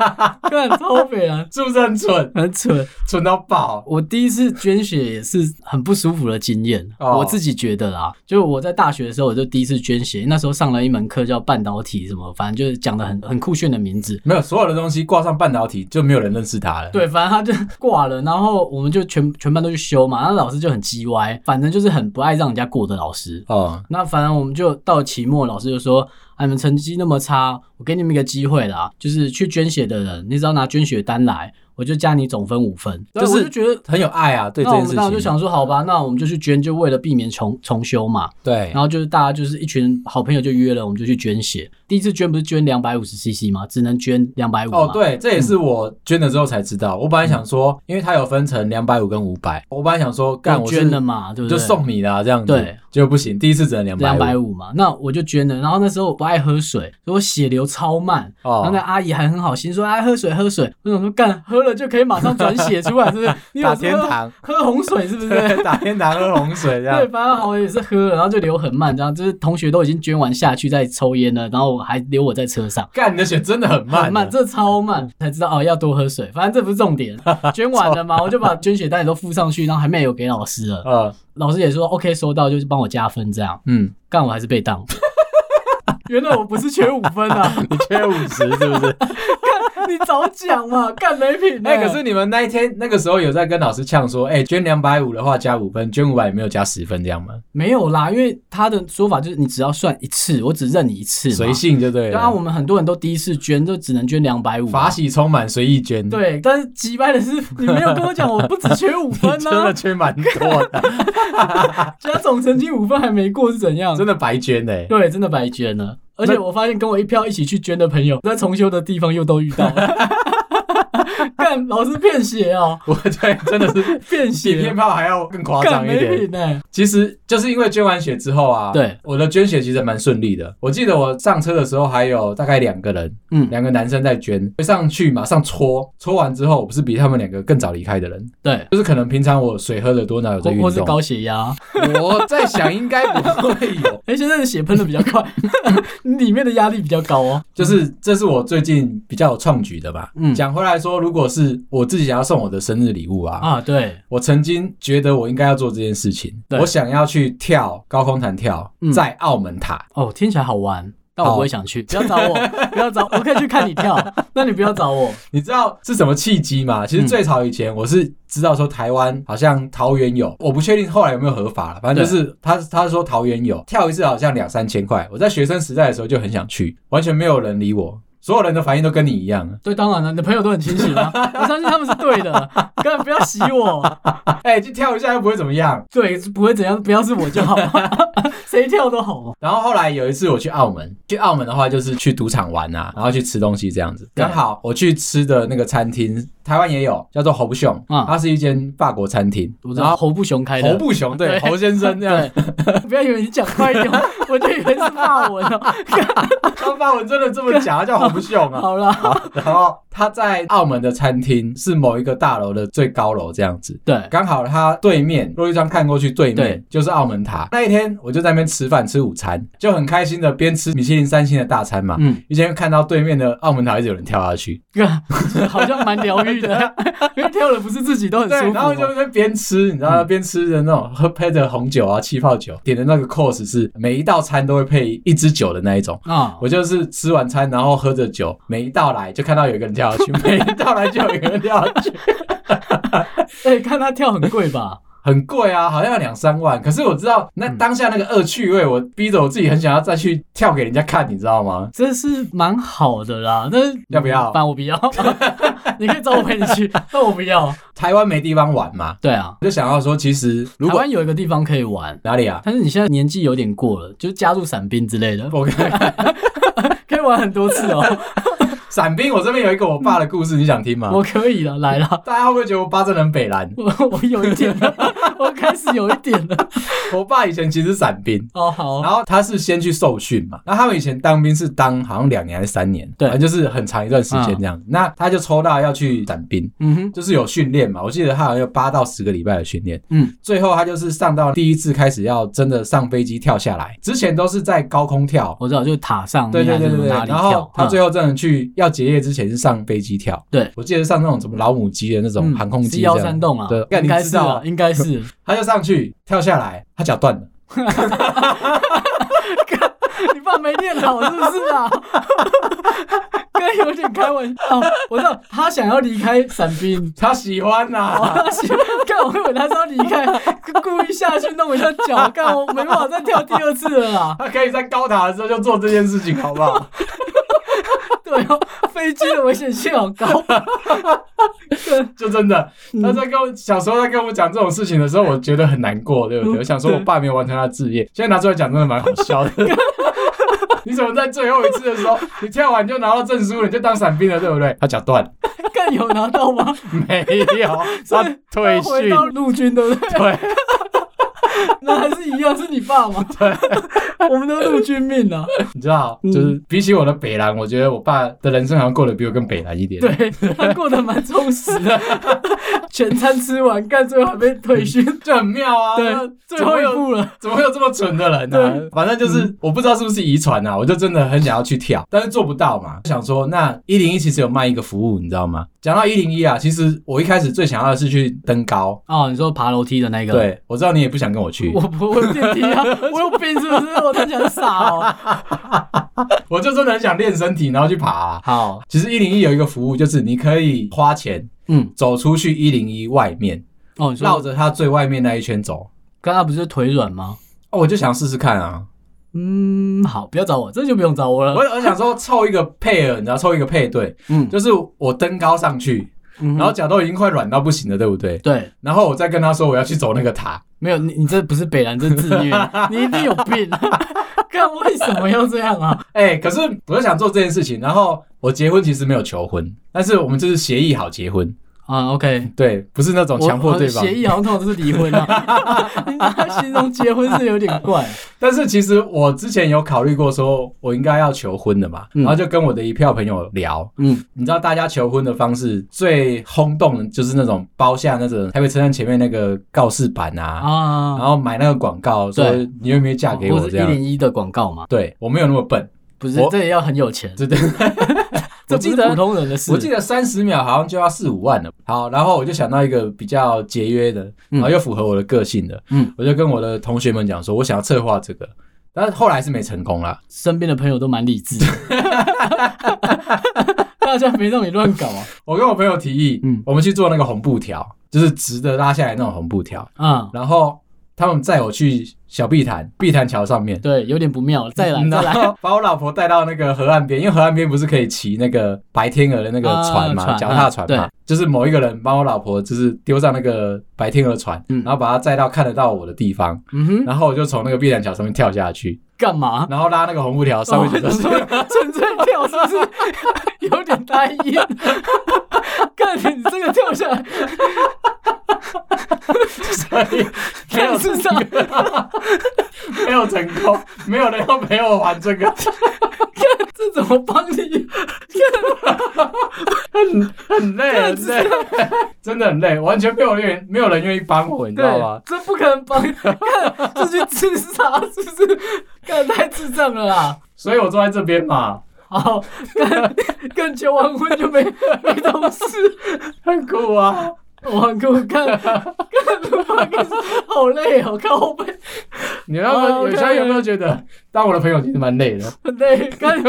Speaker 2: 干超北啊，
Speaker 1: 是不是很蠢？
Speaker 2: 很蠢。
Speaker 1: 蠢到爆！
Speaker 2: 我第一次捐血也是很不舒服的经验，
Speaker 1: 哦
Speaker 2: 我自己觉得啦，就我在大学的时候，我就第一次捐血，那时候上了一门课叫半导体什么，反正就是讲的很很酷炫的名字。
Speaker 1: 没有所有的东西挂上半导体，就没有人认识他了。，
Speaker 2: 对，反正他就挂了，然后我们就全全班都去修嘛，那老师就很叽歪，反正就是很不爱让人家过的老师。
Speaker 1: 哦，
Speaker 2: 那反正我们就到期末，老师就说：“啊，你们成绩那么差，我给你们一个机会啦，就是去捐血的人，你只要拿捐血单来，我就加你总分五分。”
Speaker 1: 就是
Speaker 2: 我就觉得。
Speaker 1: 很有爱啊，对这
Speaker 2: 那我
Speaker 1: 件
Speaker 2: 们
Speaker 1: 事
Speaker 2: 当时就
Speaker 1: 情。
Speaker 2: 想说，好吧，那我们就去捐，就为了避免重重修嘛。
Speaker 1: 对
Speaker 2: 然，后就是大家就是一群好朋友就约了，我们就去捐血。第一次捐不是捐两百五十 CC 吗？只能捐两百五。
Speaker 1: 哦，，对，这也是我捐了之后才知道。我本来想说，因为它有分成两百五跟五百，我本来想说，干
Speaker 2: 干
Speaker 1: 我是
Speaker 2: 捐了嘛，对不
Speaker 1: 就
Speaker 2: 对？
Speaker 1: 送你啦，这样子，
Speaker 2: 对，
Speaker 1: 就不行，第一次只能两
Speaker 2: 两
Speaker 1: 百
Speaker 2: 百
Speaker 1: 五。
Speaker 2: 五嘛，那我就捐了。然后那时候我不爱喝水，所以我血流超慢。然后那
Speaker 1: 哦，
Speaker 2: 阿姨还很好心说：“哎，喝水，喝水。”我想说，干喝了就可以马上转血出来，是
Speaker 1: *laughs*
Speaker 2: 不是？你有
Speaker 1: 打
Speaker 2: 喝
Speaker 1: 天堂，
Speaker 2: 喝红水是不是？对，
Speaker 1: 对，打天堂喝红水这样。
Speaker 2: 反正我也是喝了，然后就流很慢，这样就是同学都已经捐完下去在抽烟了，然后我还留我在车上。
Speaker 1: 干，你的血真的很慢啊，
Speaker 2: 很慢，这超慢，才知道哦，要多喝水。反正这不是
Speaker 1: *laughs*
Speaker 2: 重点，捐完了嘛，我就把捐血单也都附上去，然后还没有给老师
Speaker 1: *laughs*
Speaker 2: 了，
Speaker 1: 呃，
Speaker 2: 老师也说 OK 收到，就是帮我加分这样。
Speaker 1: 嗯，
Speaker 2: 干我还是
Speaker 1: *laughs*
Speaker 2: 被当，原来我不是缺五分啊，
Speaker 1: 你缺五十是不是？
Speaker 2: 你早讲嘛，干没品、
Speaker 1: *laughs*
Speaker 2: 啊
Speaker 1: 哎，可是你们那一天那个时候有在跟老师呛说，哎，捐两百五的话加五分，捐五百也没有加十分这样吗？
Speaker 2: 没有啦，因为他的说法就是你只要算一次，我只认你一次嘛，
Speaker 1: 随性就对
Speaker 2: 对啊，我
Speaker 1: 了，
Speaker 2: 们很多人都第一次捐，就只能捐两百五。
Speaker 1: 法喜充满，随意捐。
Speaker 2: 对，但是击败的是你没有跟我讲，我不只缺五
Speaker 1: *laughs* 你
Speaker 2: 分
Speaker 1: *laughs* 真
Speaker 2: 呢、
Speaker 1: 的啊缺蛮多的，啊 *laughs*
Speaker 2: 加总成绩五分还没过是怎样？
Speaker 1: 真的白捐欸嘞。
Speaker 2: 对，真的白捐了。而且我发现跟我一票一起去捐的朋友，在重修的地方又都遇到
Speaker 1: *laughs*
Speaker 2: 了。干，老师骗血哦，
Speaker 1: *laughs* 我对，真的是
Speaker 2: 骗
Speaker 1: 比骗
Speaker 2: 血，
Speaker 1: 炮还要更夸
Speaker 2: 干
Speaker 1: 张一
Speaker 2: 啊没
Speaker 1: 点。
Speaker 2: 品欸呢。
Speaker 1: 其实就是因为捐完血之后啊，
Speaker 2: 对，
Speaker 1: 我的捐血其实蛮顺利的。我记得我上车的时候还有大概两个人，
Speaker 2: 嗯，
Speaker 1: 两个男生在捐，上去马上搓，搓完之后我不是比他们两个更早离开的人，
Speaker 2: 对，
Speaker 1: 就是可能平常我水喝的多，哪有在
Speaker 2: 或
Speaker 1: 运
Speaker 2: 或是
Speaker 1: 动？
Speaker 2: 高血压。。
Speaker 1: *laughs* 我在想应该不会有
Speaker 2: 哎，现在的血喷的比较快， *laughs* 你里面的压力比较高哦。
Speaker 1: 就是这是我最近比较有创举的吧。
Speaker 2: 嗯
Speaker 1: 讲回来说，如果是我自己想要送我的生日礼物啊，
Speaker 2: 啊，对，
Speaker 1: 我曾经觉得我应该要做这件事情，
Speaker 2: 对
Speaker 1: 我想要去跳高空弹跳，
Speaker 2: 嗯
Speaker 1: 在澳门塔。
Speaker 2: 哦，听起来好玩，但我
Speaker 1: 好
Speaker 2: 不会想去。不要找
Speaker 1: *laughs*
Speaker 2: 我，不要找我，我可以去看你跳，那你不要找我。
Speaker 1: 你知道是什么契机吗？其实
Speaker 2: 嗯
Speaker 1: 最早以前我是知道说台湾好像桃园有，我不确定后来有没有合法了，反正就是他他说桃园有跳一次好像两三千块，我在学生时代的时候就很想去，完全没有人理我。所有人的反应都跟你一样。
Speaker 2: 对，当然了，你的朋友都很清醒啊，我相信他们是对的，根本不要洗我。
Speaker 1: 哎、去跳一下又不会怎么样。
Speaker 2: 对，不会怎样，不要是我就好，谁跳都好。
Speaker 1: 然后后来有一次我去澳门，去澳门的话就是去赌场玩啊，然后去吃东西这样子。
Speaker 2: 对
Speaker 1: 刚好我去吃的那个餐厅，台湾也有，叫做侯不熊，
Speaker 2: 嗯
Speaker 1: 它是一间法国餐厅。
Speaker 2: 我知
Speaker 1: 然
Speaker 2: 道
Speaker 1: 后
Speaker 2: 侯不雄开的，
Speaker 1: 侯不熊对
Speaker 2: 对
Speaker 1: 侯先生这样，
Speaker 2: 对，不要以为你讲快一点，我就以为是哦骂我呢。
Speaker 1: 他法文真的这么讲，他叫侯不熊啊。
Speaker 2: *laughs* 好了，
Speaker 1: 然后他在澳门的餐厅是某一个大楼的最高楼这样子。
Speaker 2: 对，
Speaker 1: 刚好他对面，骆玉章看过去对面
Speaker 2: 对
Speaker 1: 就是澳门塔。那一天我就在那边吃饭吃午餐，就很开心的边吃米其林三星的大餐嘛，
Speaker 2: 嗯，
Speaker 1: 一边看到对面的澳门塔一直有人跳下去，
Speaker 2: 好像蛮疗愈的，因为跳的不是自己都很舒
Speaker 1: 对，
Speaker 2: 服。哦嗯
Speaker 1: 然后就在那边边吃，你知道边吃的那种喝配着红酒啊、气泡酒，点的那个 course 是每一道餐都会配一支酒的那一种。
Speaker 2: 啊，
Speaker 1: 我就是吃完餐，然后喝着酒，每一道来就看到有一个人跳
Speaker 2: *laughs*
Speaker 1: 下去，每一道来就有一个人跳下去，
Speaker 2: 哎，看他跳很贵吧？
Speaker 1: 很贵啊，好像要两三万。可是我知道那
Speaker 2: 嗯
Speaker 1: 当下那个恶趣味，我逼着我自己很想要再去跳给人家看，你知道吗？
Speaker 2: 这是蛮好的啦，但是
Speaker 1: 要不要
Speaker 2: 反正我不要， *laughs* 你可以找我陪你去，
Speaker 1: *laughs*
Speaker 2: 但我不要。
Speaker 1: 台湾没地方玩嘛，
Speaker 2: 对啊，
Speaker 1: 我就想到说，其实如
Speaker 2: 台
Speaker 1: 果
Speaker 2: 湾有一个地方可以玩，
Speaker 1: 哪里啊，
Speaker 2: 但是你现在年纪有点过了，就加入伞兵之类的，
Speaker 1: 我看
Speaker 2: 可以玩很多次
Speaker 1: *laughs*
Speaker 2: 哦。
Speaker 1: 伞兵，我这边有一个我爸的故事，你想听吗？
Speaker 2: 我可以了，来了，
Speaker 1: 大家会不会觉得我爸真的很北蓝？ *laughs*
Speaker 2: 我我有一点了，我开始有一点了。
Speaker 1: 我爸以前其实是伞兵，
Speaker 2: 哦，好，
Speaker 1: 然后他是先去受训嘛，那他们以前当兵是当好像两年还是三年，
Speaker 2: 对
Speaker 1: 反正就是很长一段时间这样。那他就抽到要去伞兵，
Speaker 2: 嗯哼，
Speaker 1: 就是有训练嘛，我记得他好像有八到十个礼拜的训练，
Speaker 2: 嗯，
Speaker 1: 最后他就是上到第一次开始要真的上飞机跳下来，之前都是在高空跳。
Speaker 2: 我知道，就是塔上
Speaker 1: 对对对对对，
Speaker 2: 哪里
Speaker 1: 然
Speaker 2: 跳嗯
Speaker 1: 后，他最
Speaker 2: 后
Speaker 1: 后真的去要结业之前是上飞机跳，
Speaker 2: 对
Speaker 1: 我记得上那种什么老母鸡的那种航空机这
Speaker 2: 幺
Speaker 1: 样
Speaker 2: 三洞啊，
Speaker 1: 对，干
Speaker 2: 应
Speaker 1: 你
Speaker 2: 该
Speaker 1: 知
Speaker 2: 是
Speaker 1: 道
Speaker 2: 啊
Speaker 1: 啊，，
Speaker 2: 应该是，
Speaker 1: 他就上去跳下来，他脚断了。
Speaker 2: 你爸没练好是不是啊？刚有点开玩笑，哦我知道他想要离开伞兵。
Speaker 1: 他喜欢呐、
Speaker 2: 我喜欢，干我以为他是要离开，故意下去弄一下脚，干我没办法再跳第二次了啦。
Speaker 1: 他可以在高塔的时候就做这件事情，好不好？
Speaker 2: 对哦，飞机的危险性好高。
Speaker 1: 就真的，
Speaker 2: 嗯
Speaker 1: 他在跟我小时候在跟我讲这种事情的时候，我觉得很难过，对不对？
Speaker 2: 嗯
Speaker 1: 我想说我爸没有完成他的志业，现在拿出来讲真的蛮好笑的。你怎么在最后一次的时候，你跳完就拿到证书了，你就当伞兵了，对不对？他脚断了
Speaker 2: 更有拿到吗？
Speaker 1: 没 *laughs* 有，他退
Speaker 2: 回
Speaker 1: 训
Speaker 2: 到，陆军，对不对？
Speaker 1: 对，
Speaker 2: 那还是一样，是你爸吗？对，我们都陆军
Speaker 1: *laughs*
Speaker 2: 命啊。
Speaker 1: 你知道，
Speaker 2: 嗯
Speaker 1: 就是比起我的北兰，我觉得我爸的人生好像过得比我更北兰一点。，
Speaker 2: 对他过得蛮充实的，
Speaker 1: *laughs*
Speaker 2: 全餐吃完，干最后还被退训，
Speaker 1: 就很妙啊。
Speaker 2: 对
Speaker 1: 那，
Speaker 2: 最后一步了。
Speaker 1: 怎么会有这么蠢的人呢、啊
Speaker 2: 对嗯
Speaker 1: 反正就是我不知道是不是遗传啊，我就真的很想要去跳，但是做不到嘛。想说那一零一其实有卖一个服务，你知道吗？讲到一零一啊，其实我一开始最想要的是去登高。
Speaker 2: 哦，你说爬楼梯的那个？。
Speaker 1: 对，我知道你也不想跟我去，
Speaker 2: 我
Speaker 1: 我
Speaker 2: 不会电梯
Speaker 1: *laughs*
Speaker 2: 啊！我有病是不是？我看起来很傻哦。
Speaker 1: 就真的很想练身体，然后去爬啊、
Speaker 2: 好，
Speaker 1: 其实一零一有一个服务，就是你可以花钱
Speaker 2: 嗯，
Speaker 1: 走出去一零一外面，
Speaker 2: 哦，你
Speaker 1: 绕
Speaker 2: 说
Speaker 1: 着它最外面那一圈走。
Speaker 2: 刚刚不是腿软吗？
Speaker 1: 哦，我就想试试看啊，
Speaker 2: 嗯，好，不要找我，这就不用找我
Speaker 1: 我
Speaker 2: 了。
Speaker 1: 我想说凑一个配合，你知道凑一个配对，
Speaker 2: 嗯，
Speaker 1: 就是我登高上去，
Speaker 2: 然
Speaker 1: 然后脚都已经快软到不行了，对不对？
Speaker 2: 对，
Speaker 1: 然后我再跟他说我要去走那个塔，
Speaker 2: 没有，你你这不是北兰，这是自
Speaker 1: *laughs*
Speaker 2: 虐，你一定有病。 *laughs* 看为什么要这样啊？
Speaker 1: 哎、可是我就想做这件事情。然后我结婚其实没有求婚，但是我们就是协议好结婚，
Speaker 2: 啊，OK，
Speaker 1: 对，不是那种
Speaker 2: 我
Speaker 1: 强迫对
Speaker 2: 我
Speaker 1: 方
Speaker 2: 协。议好像通常都是离婚啊，
Speaker 1: *laughs*
Speaker 2: *laughs* 你这样形容结婚是有点怪。
Speaker 1: 但是其实我之前有考虑过，说我应该要求婚的嘛，
Speaker 2: 嗯
Speaker 1: 然后就跟我的一票朋友聊，
Speaker 2: 嗯，
Speaker 1: 你知道大家求婚的方式最轰动的就是那种包下那种台北车站前面那个告示板啊，然
Speaker 2: 啊，
Speaker 1: 后买那个广告说
Speaker 2: 对哦
Speaker 1: 你愿不愿意嫁给我
Speaker 2: 或
Speaker 1: 这
Speaker 2: 是一
Speaker 1: 样。
Speaker 2: 零一的广告嘛，
Speaker 1: 对我没有那么笨，
Speaker 2: 不是
Speaker 1: 我，
Speaker 2: 这也要很有钱，
Speaker 1: 对
Speaker 2: *laughs*
Speaker 1: 对。
Speaker 2: 这
Speaker 1: 我
Speaker 2: 不是
Speaker 1: 记得
Speaker 2: 普通人的事。
Speaker 1: 我记得三十秒好像就要四五万了。好，然后我就想到一个比较节约的，然
Speaker 2: 嗯
Speaker 1: 后又符合我的个性的，
Speaker 2: 嗯，
Speaker 1: 我就跟我的同学们讲说，我想要策划这个，但是后来是没成功啦。
Speaker 2: 身边的朋友都蛮理智的， *laughs* 大家没让你乱搞啊。
Speaker 1: 我跟我朋友提议，
Speaker 2: 嗯
Speaker 1: 我们去做那个红布条，就是直的拉下来那种红布条，
Speaker 2: 啊，
Speaker 1: 然后。他们载我去小碧潭，碧潭桥上面。
Speaker 2: 对，有点不妙。再 *laughs* 来，再
Speaker 1: 嗯然
Speaker 2: 来，
Speaker 1: 后把我老婆带到那个河岸边，因为河岸边不是可以骑那个白天鹅的那个船
Speaker 2: 啊
Speaker 1: 嘛，
Speaker 2: 船
Speaker 1: 脚踏船嘛
Speaker 2: 对，
Speaker 1: 就是某一个人帮我老婆就是丢上那个白天鹅船，
Speaker 2: 嗯
Speaker 1: 然后把她载到看得到我的地方，
Speaker 2: 嗯哼，
Speaker 1: 然后我就从那个避难桥上面跳下去，
Speaker 2: 干嘛？
Speaker 1: 然后拉那个红布条，上面就
Speaker 2: *laughs* 哦
Speaker 1: 是
Speaker 2: 我想说纯粹跳是不是有点单一？ *laughs* 干你这个跳下来，
Speaker 1: 所以没有
Speaker 2: *laughs* 看是上，
Speaker 1: 没有成功，没有人要陪我玩这
Speaker 2: *laughs*
Speaker 1: 个，
Speaker 2: 这怎么帮你？
Speaker 1: 很累很累，真的很累，完全没有人愿没有人愿意帮我，你知
Speaker 2: 对
Speaker 1: 道吗，？
Speaker 2: 这不可能帮， *laughs* 干这去自杀是不是？干太智障了啦！
Speaker 1: 所以我坐在这边嘛，
Speaker 2: 好，跟跟结完婚就没没同事，
Speaker 1: 很苦啊。
Speaker 2: 我给我看，看录 p o 好累哦，看后背
Speaker 1: 你有没有
Speaker 2: 哦
Speaker 1: 有些
Speaker 2: OK，OK
Speaker 1: 有没有觉得当我的朋友其实蛮累
Speaker 2: *laughs*
Speaker 1: 的，
Speaker 2: 很累，看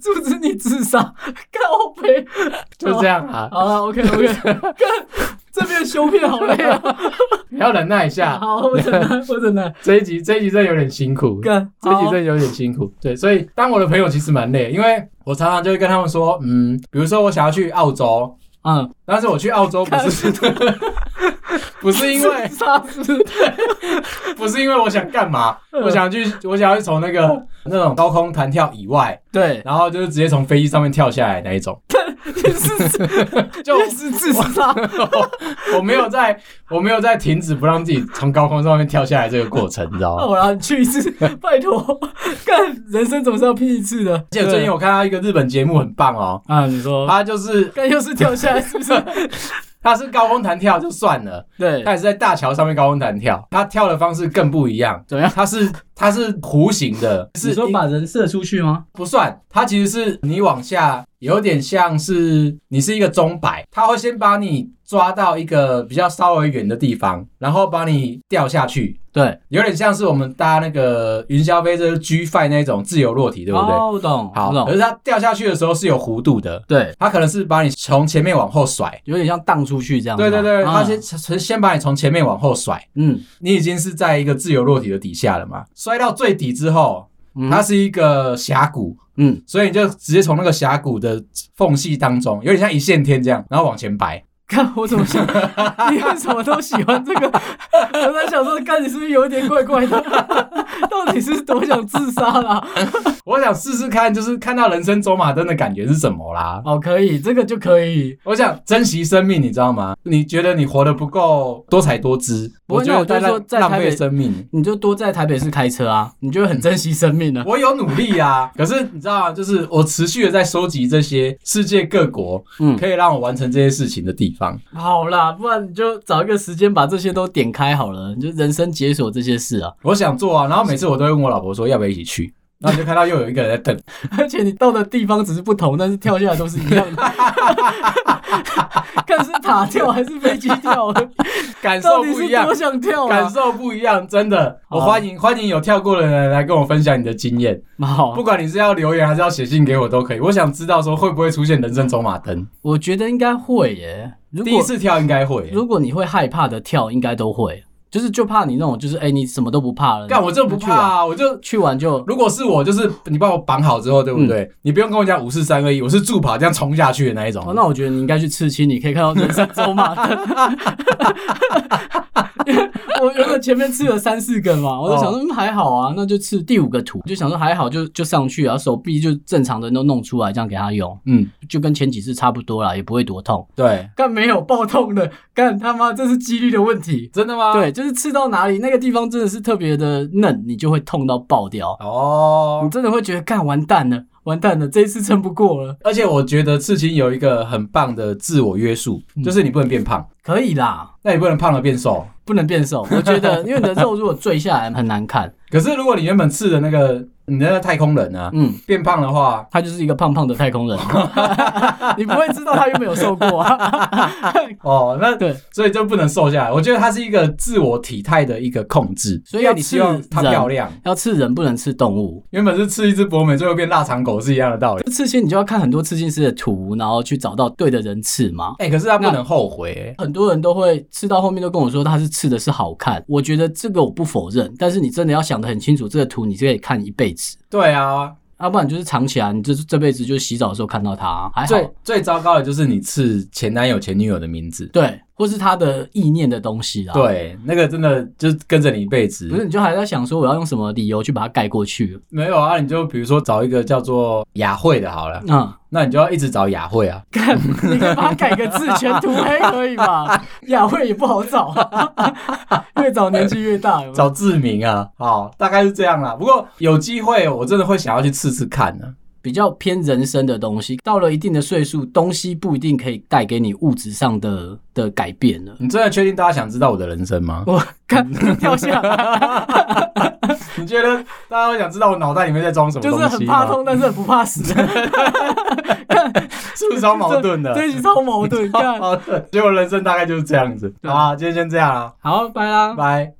Speaker 2: 阻止你自杀，看后背，
Speaker 1: 就这样啊，
Speaker 2: 好了，OK OK，看这边修片好累啊，
Speaker 1: 你要忍耐一下。
Speaker 2: 好，我忍耐，我忍耐，
Speaker 1: 这一集这一集真的有点辛苦，
Speaker 2: 干，
Speaker 1: 这一集
Speaker 2: 好
Speaker 1: 真的有点辛
Speaker 2: 哦
Speaker 1: 苦。对，所以当我的朋友其实蛮累，因为我常常就会跟他们说，嗯，比如说我想要去澳洲，
Speaker 2: 嗯，
Speaker 1: 但是我去澳洲不是 *laughs* 不是因为
Speaker 2: *laughs* 自杀是不是
Speaker 1: 不是因为我想干嘛，
Speaker 2: 嗯
Speaker 1: 我想去我想要去从那个那种高空弹跳以外，
Speaker 2: 对，
Speaker 1: 然后就是直接从飞机上面跳下来那一种，
Speaker 2: 你是
Speaker 1: 就
Speaker 2: 你是自杀，
Speaker 1: 我没有在我没有在停止不让自己从高空上面跳下来这个过程，你知道吗？
Speaker 2: 好啦，你去一次，拜托，干，人生总是要拼一次的，而
Speaker 1: 而且最近我看到一个日本节目很棒哦，
Speaker 2: 啊，你说
Speaker 1: 他就是
Speaker 2: 刚又是跳下来，是不是？
Speaker 1: 他是高空弹跳就算了，
Speaker 2: *laughs* 对
Speaker 1: 他也是在大桥上面高空弹跳，他跳的方式更不一样。
Speaker 2: 怎么样？
Speaker 1: 他是他是弧形的，是一
Speaker 2: 人射出去吗？
Speaker 1: 不算，它其实是你往下，有点像是你是一个钟摆，它会先把你抓到一个比较稍微远的地方，然后把你掉下去，
Speaker 2: 对，
Speaker 1: 有点像是我们搭那个云霄飞车 G Five 那种自由落体，对不对？
Speaker 2: 哦，我懂，
Speaker 1: 好
Speaker 2: 我，
Speaker 1: 可
Speaker 2: 懂，
Speaker 1: 是它掉下去的时候是有弧度的，
Speaker 2: 对，
Speaker 1: 它可能是把你从前面往后甩。
Speaker 2: 有点像荡出去这样。
Speaker 1: 对对对，
Speaker 2: 嗯
Speaker 1: 它先先先把你从前面往后甩，
Speaker 2: 嗯，
Speaker 1: 你已经是在一个自由落体的底下了嘛。摔到最底之后，
Speaker 2: 嗯
Speaker 1: 它是一个峡谷，
Speaker 2: 嗯，
Speaker 1: 所以你就直接从那个峡谷的缝隙当中，有点像一线天这样，然后往前摆。
Speaker 2: 看我怎么 *laughs* 想，你为什么都喜欢这个？ *laughs* 我在想说，看你是不是有点怪怪的？ *laughs* 到底是多想自杀啦？
Speaker 1: 我想试试看，就是看到人生走马灯的感觉是什么啦。
Speaker 2: 哦，可以，这个就可以。
Speaker 1: 我想珍惜生命，你知道吗？你觉得你活得不够多才多姿，
Speaker 2: 不过
Speaker 1: 觉得
Speaker 2: 那我就说
Speaker 1: 在
Speaker 2: 在
Speaker 1: 浪
Speaker 2: 台
Speaker 1: 浪
Speaker 2: 北
Speaker 1: 费生命。
Speaker 2: 你就多在台北市开车啊，你就会很珍惜生命了。
Speaker 1: *laughs* 我有努力
Speaker 2: *laughs*
Speaker 1: 啊，可是你知道吗？就是我持续的在收集这些世界各国
Speaker 2: 嗯，
Speaker 1: 可以让我完成这些事情的地方。
Speaker 2: 好啦，不然你就找一个时间把这些都点开好了，你就人生解锁这些事啊。
Speaker 1: 我想做啊，然后每次我都会问我老婆说要不要一起去，然后你就看到又有一个人在等，
Speaker 2: 而且你到的地方只是不同，但是跳下来都是一样的。 *laughs* 看是塔跳还是飞机跳，
Speaker 1: 感
Speaker 2: *laughs* 到
Speaker 1: 受
Speaker 2: 底
Speaker 1: 不
Speaker 2: 是
Speaker 1: 一样
Speaker 2: 多。想跳
Speaker 1: 感
Speaker 2: 啊！
Speaker 1: 受不一样，真的。
Speaker 2: 好
Speaker 1: 我欢迎欢迎有跳过的人来跟我分享你的经验，
Speaker 2: 好
Speaker 1: 不，管你是要留言还是要写信给我都可以。我想知道说会不会出现人生走马灯，
Speaker 2: 我觉得应该会耶。如
Speaker 1: 第一
Speaker 2: 果
Speaker 1: 次跳应该会。
Speaker 2: 如果你会害怕的跳，应该都会，就是就怕你那种，就是哎、你什么都不怕了。
Speaker 1: 干我就不怕啊，我就
Speaker 2: 去玩就
Speaker 1: 如果是我，就是你帮我绑好之后，对不对？你不用跟我讲五四三二一，我是助跑这样冲下去的那一种。
Speaker 2: 嗯哦，那我觉得你应该去刺青，你可以看到人生走马灯。 *laughs* 我原本前面刺了三四根嘛，我就想说、嗯、还好啊，那就刺第五个图，就想说还好就就上去啊，手臂就正常的都弄出来，这样给他用，
Speaker 1: 嗯，
Speaker 2: 就跟前几次差不多啦，也不会多痛。
Speaker 1: 对，
Speaker 2: 干没有爆痛的，干他妈这是几率的问题。
Speaker 1: 真的吗？，
Speaker 2: 对，就是刺到哪里那个地方真的是特别的嫩，你就会痛到爆掉，你
Speaker 1: 哦。
Speaker 2: 真的会觉得干完蛋了，完蛋了，这一次撑不过了。
Speaker 1: 而且我觉得刺青有一个很棒的自我约束，
Speaker 2: 嗯
Speaker 1: 就是你不能变胖，
Speaker 2: 可以啦，
Speaker 1: 那你不能胖了变瘦。
Speaker 2: 不能变瘦，我觉得，因为你的肉如果坠下来很难看，
Speaker 1: 可是如果你原本吃的那个你的那个太空人啊，
Speaker 2: 嗯，
Speaker 1: 变胖的话，
Speaker 2: 他就是一个胖胖的太空人，你不会知道他有没有瘦过啊。
Speaker 1: 哦，那
Speaker 2: 对，
Speaker 1: 所以就不能瘦下来。我觉得它是一个一个自我体态的一个控制，
Speaker 2: 所以
Speaker 1: 因为
Speaker 2: 要
Speaker 1: 你希望
Speaker 2: 吃
Speaker 1: 它
Speaker 2: 人
Speaker 1: 漂亮。
Speaker 2: 要吃人不能吃动物，
Speaker 1: 原本是吃一只博美，最后变腊肠狗是一样的道理。
Speaker 2: 刺青你就要看很多刺青师的图，然后去找到对的人刺嘛。
Speaker 1: 哎、可是他不
Speaker 2: 那
Speaker 1: 能后悔、欸。
Speaker 2: 很多人都会刺到后面都跟我说他是刺的是好看，我觉得这个我不否认，但是你真的要想得很清楚，这个图你是可以看一辈子，
Speaker 1: 对啊，
Speaker 2: 要、不然你就是藏起来，你这这辈子就洗澡的时候看到它，还好
Speaker 1: 最。最糟糕的就是你刺前男友前女友的名字，
Speaker 2: 对，或是他的意念的东西啦。，啊
Speaker 1: 对，那个真的就是跟着你一辈子。
Speaker 2: 哦不是你就还在想说我要用什么理由去把它盖过去？
Speaker 1: 没有啊，你就比如说找一个叫做雅慧的好了，
Speaker 2: 嗯，
Speaker 1: 那你就要一直找雅慧啊。
Speaker 2: *laughs* 你可以把它改个字，全涂黑可以
Speaker 1: *laughs*
Speaker 2: 吧？雅慧也不好找， *laughs* 越找年纪越大。有没有
Speaker 1: 找志明啊，好，大概是这样啦。不过有机会，我真的会想要去试试看啊呢、
Speaker 2: 比较偏人生的东西，到了一定的岁数，东西不一定可以带给你物质上的的改变了。
Speaker 1: 你真的确定大家想知道我的人生吗？
Speaker 2: *laughs* 我看掉下来，
Speaker 1: 你觉得大家会想知道我脑袋里面在装什么
Speaker 2: 就
Speaker 1: 东西
Speaker 2: 是
Speaker 1: 吗？
Speaker 2: 很怕痛，但是很不怕死，
Speaker 1: *laughs* 是不是超矛
Speaker 2: *laughs*
Speaker 1: 盾的？哦
Speaker 2: 这一集超矛盾。
Speaker 1: *laughs* 超
Speaker 2: 看，
Speaker 1: 矛盾。结果人生大概就是这样子。好啊，今天先这样啦，
Speaker 2: 好，拜啦。
Speaker 1: 拜。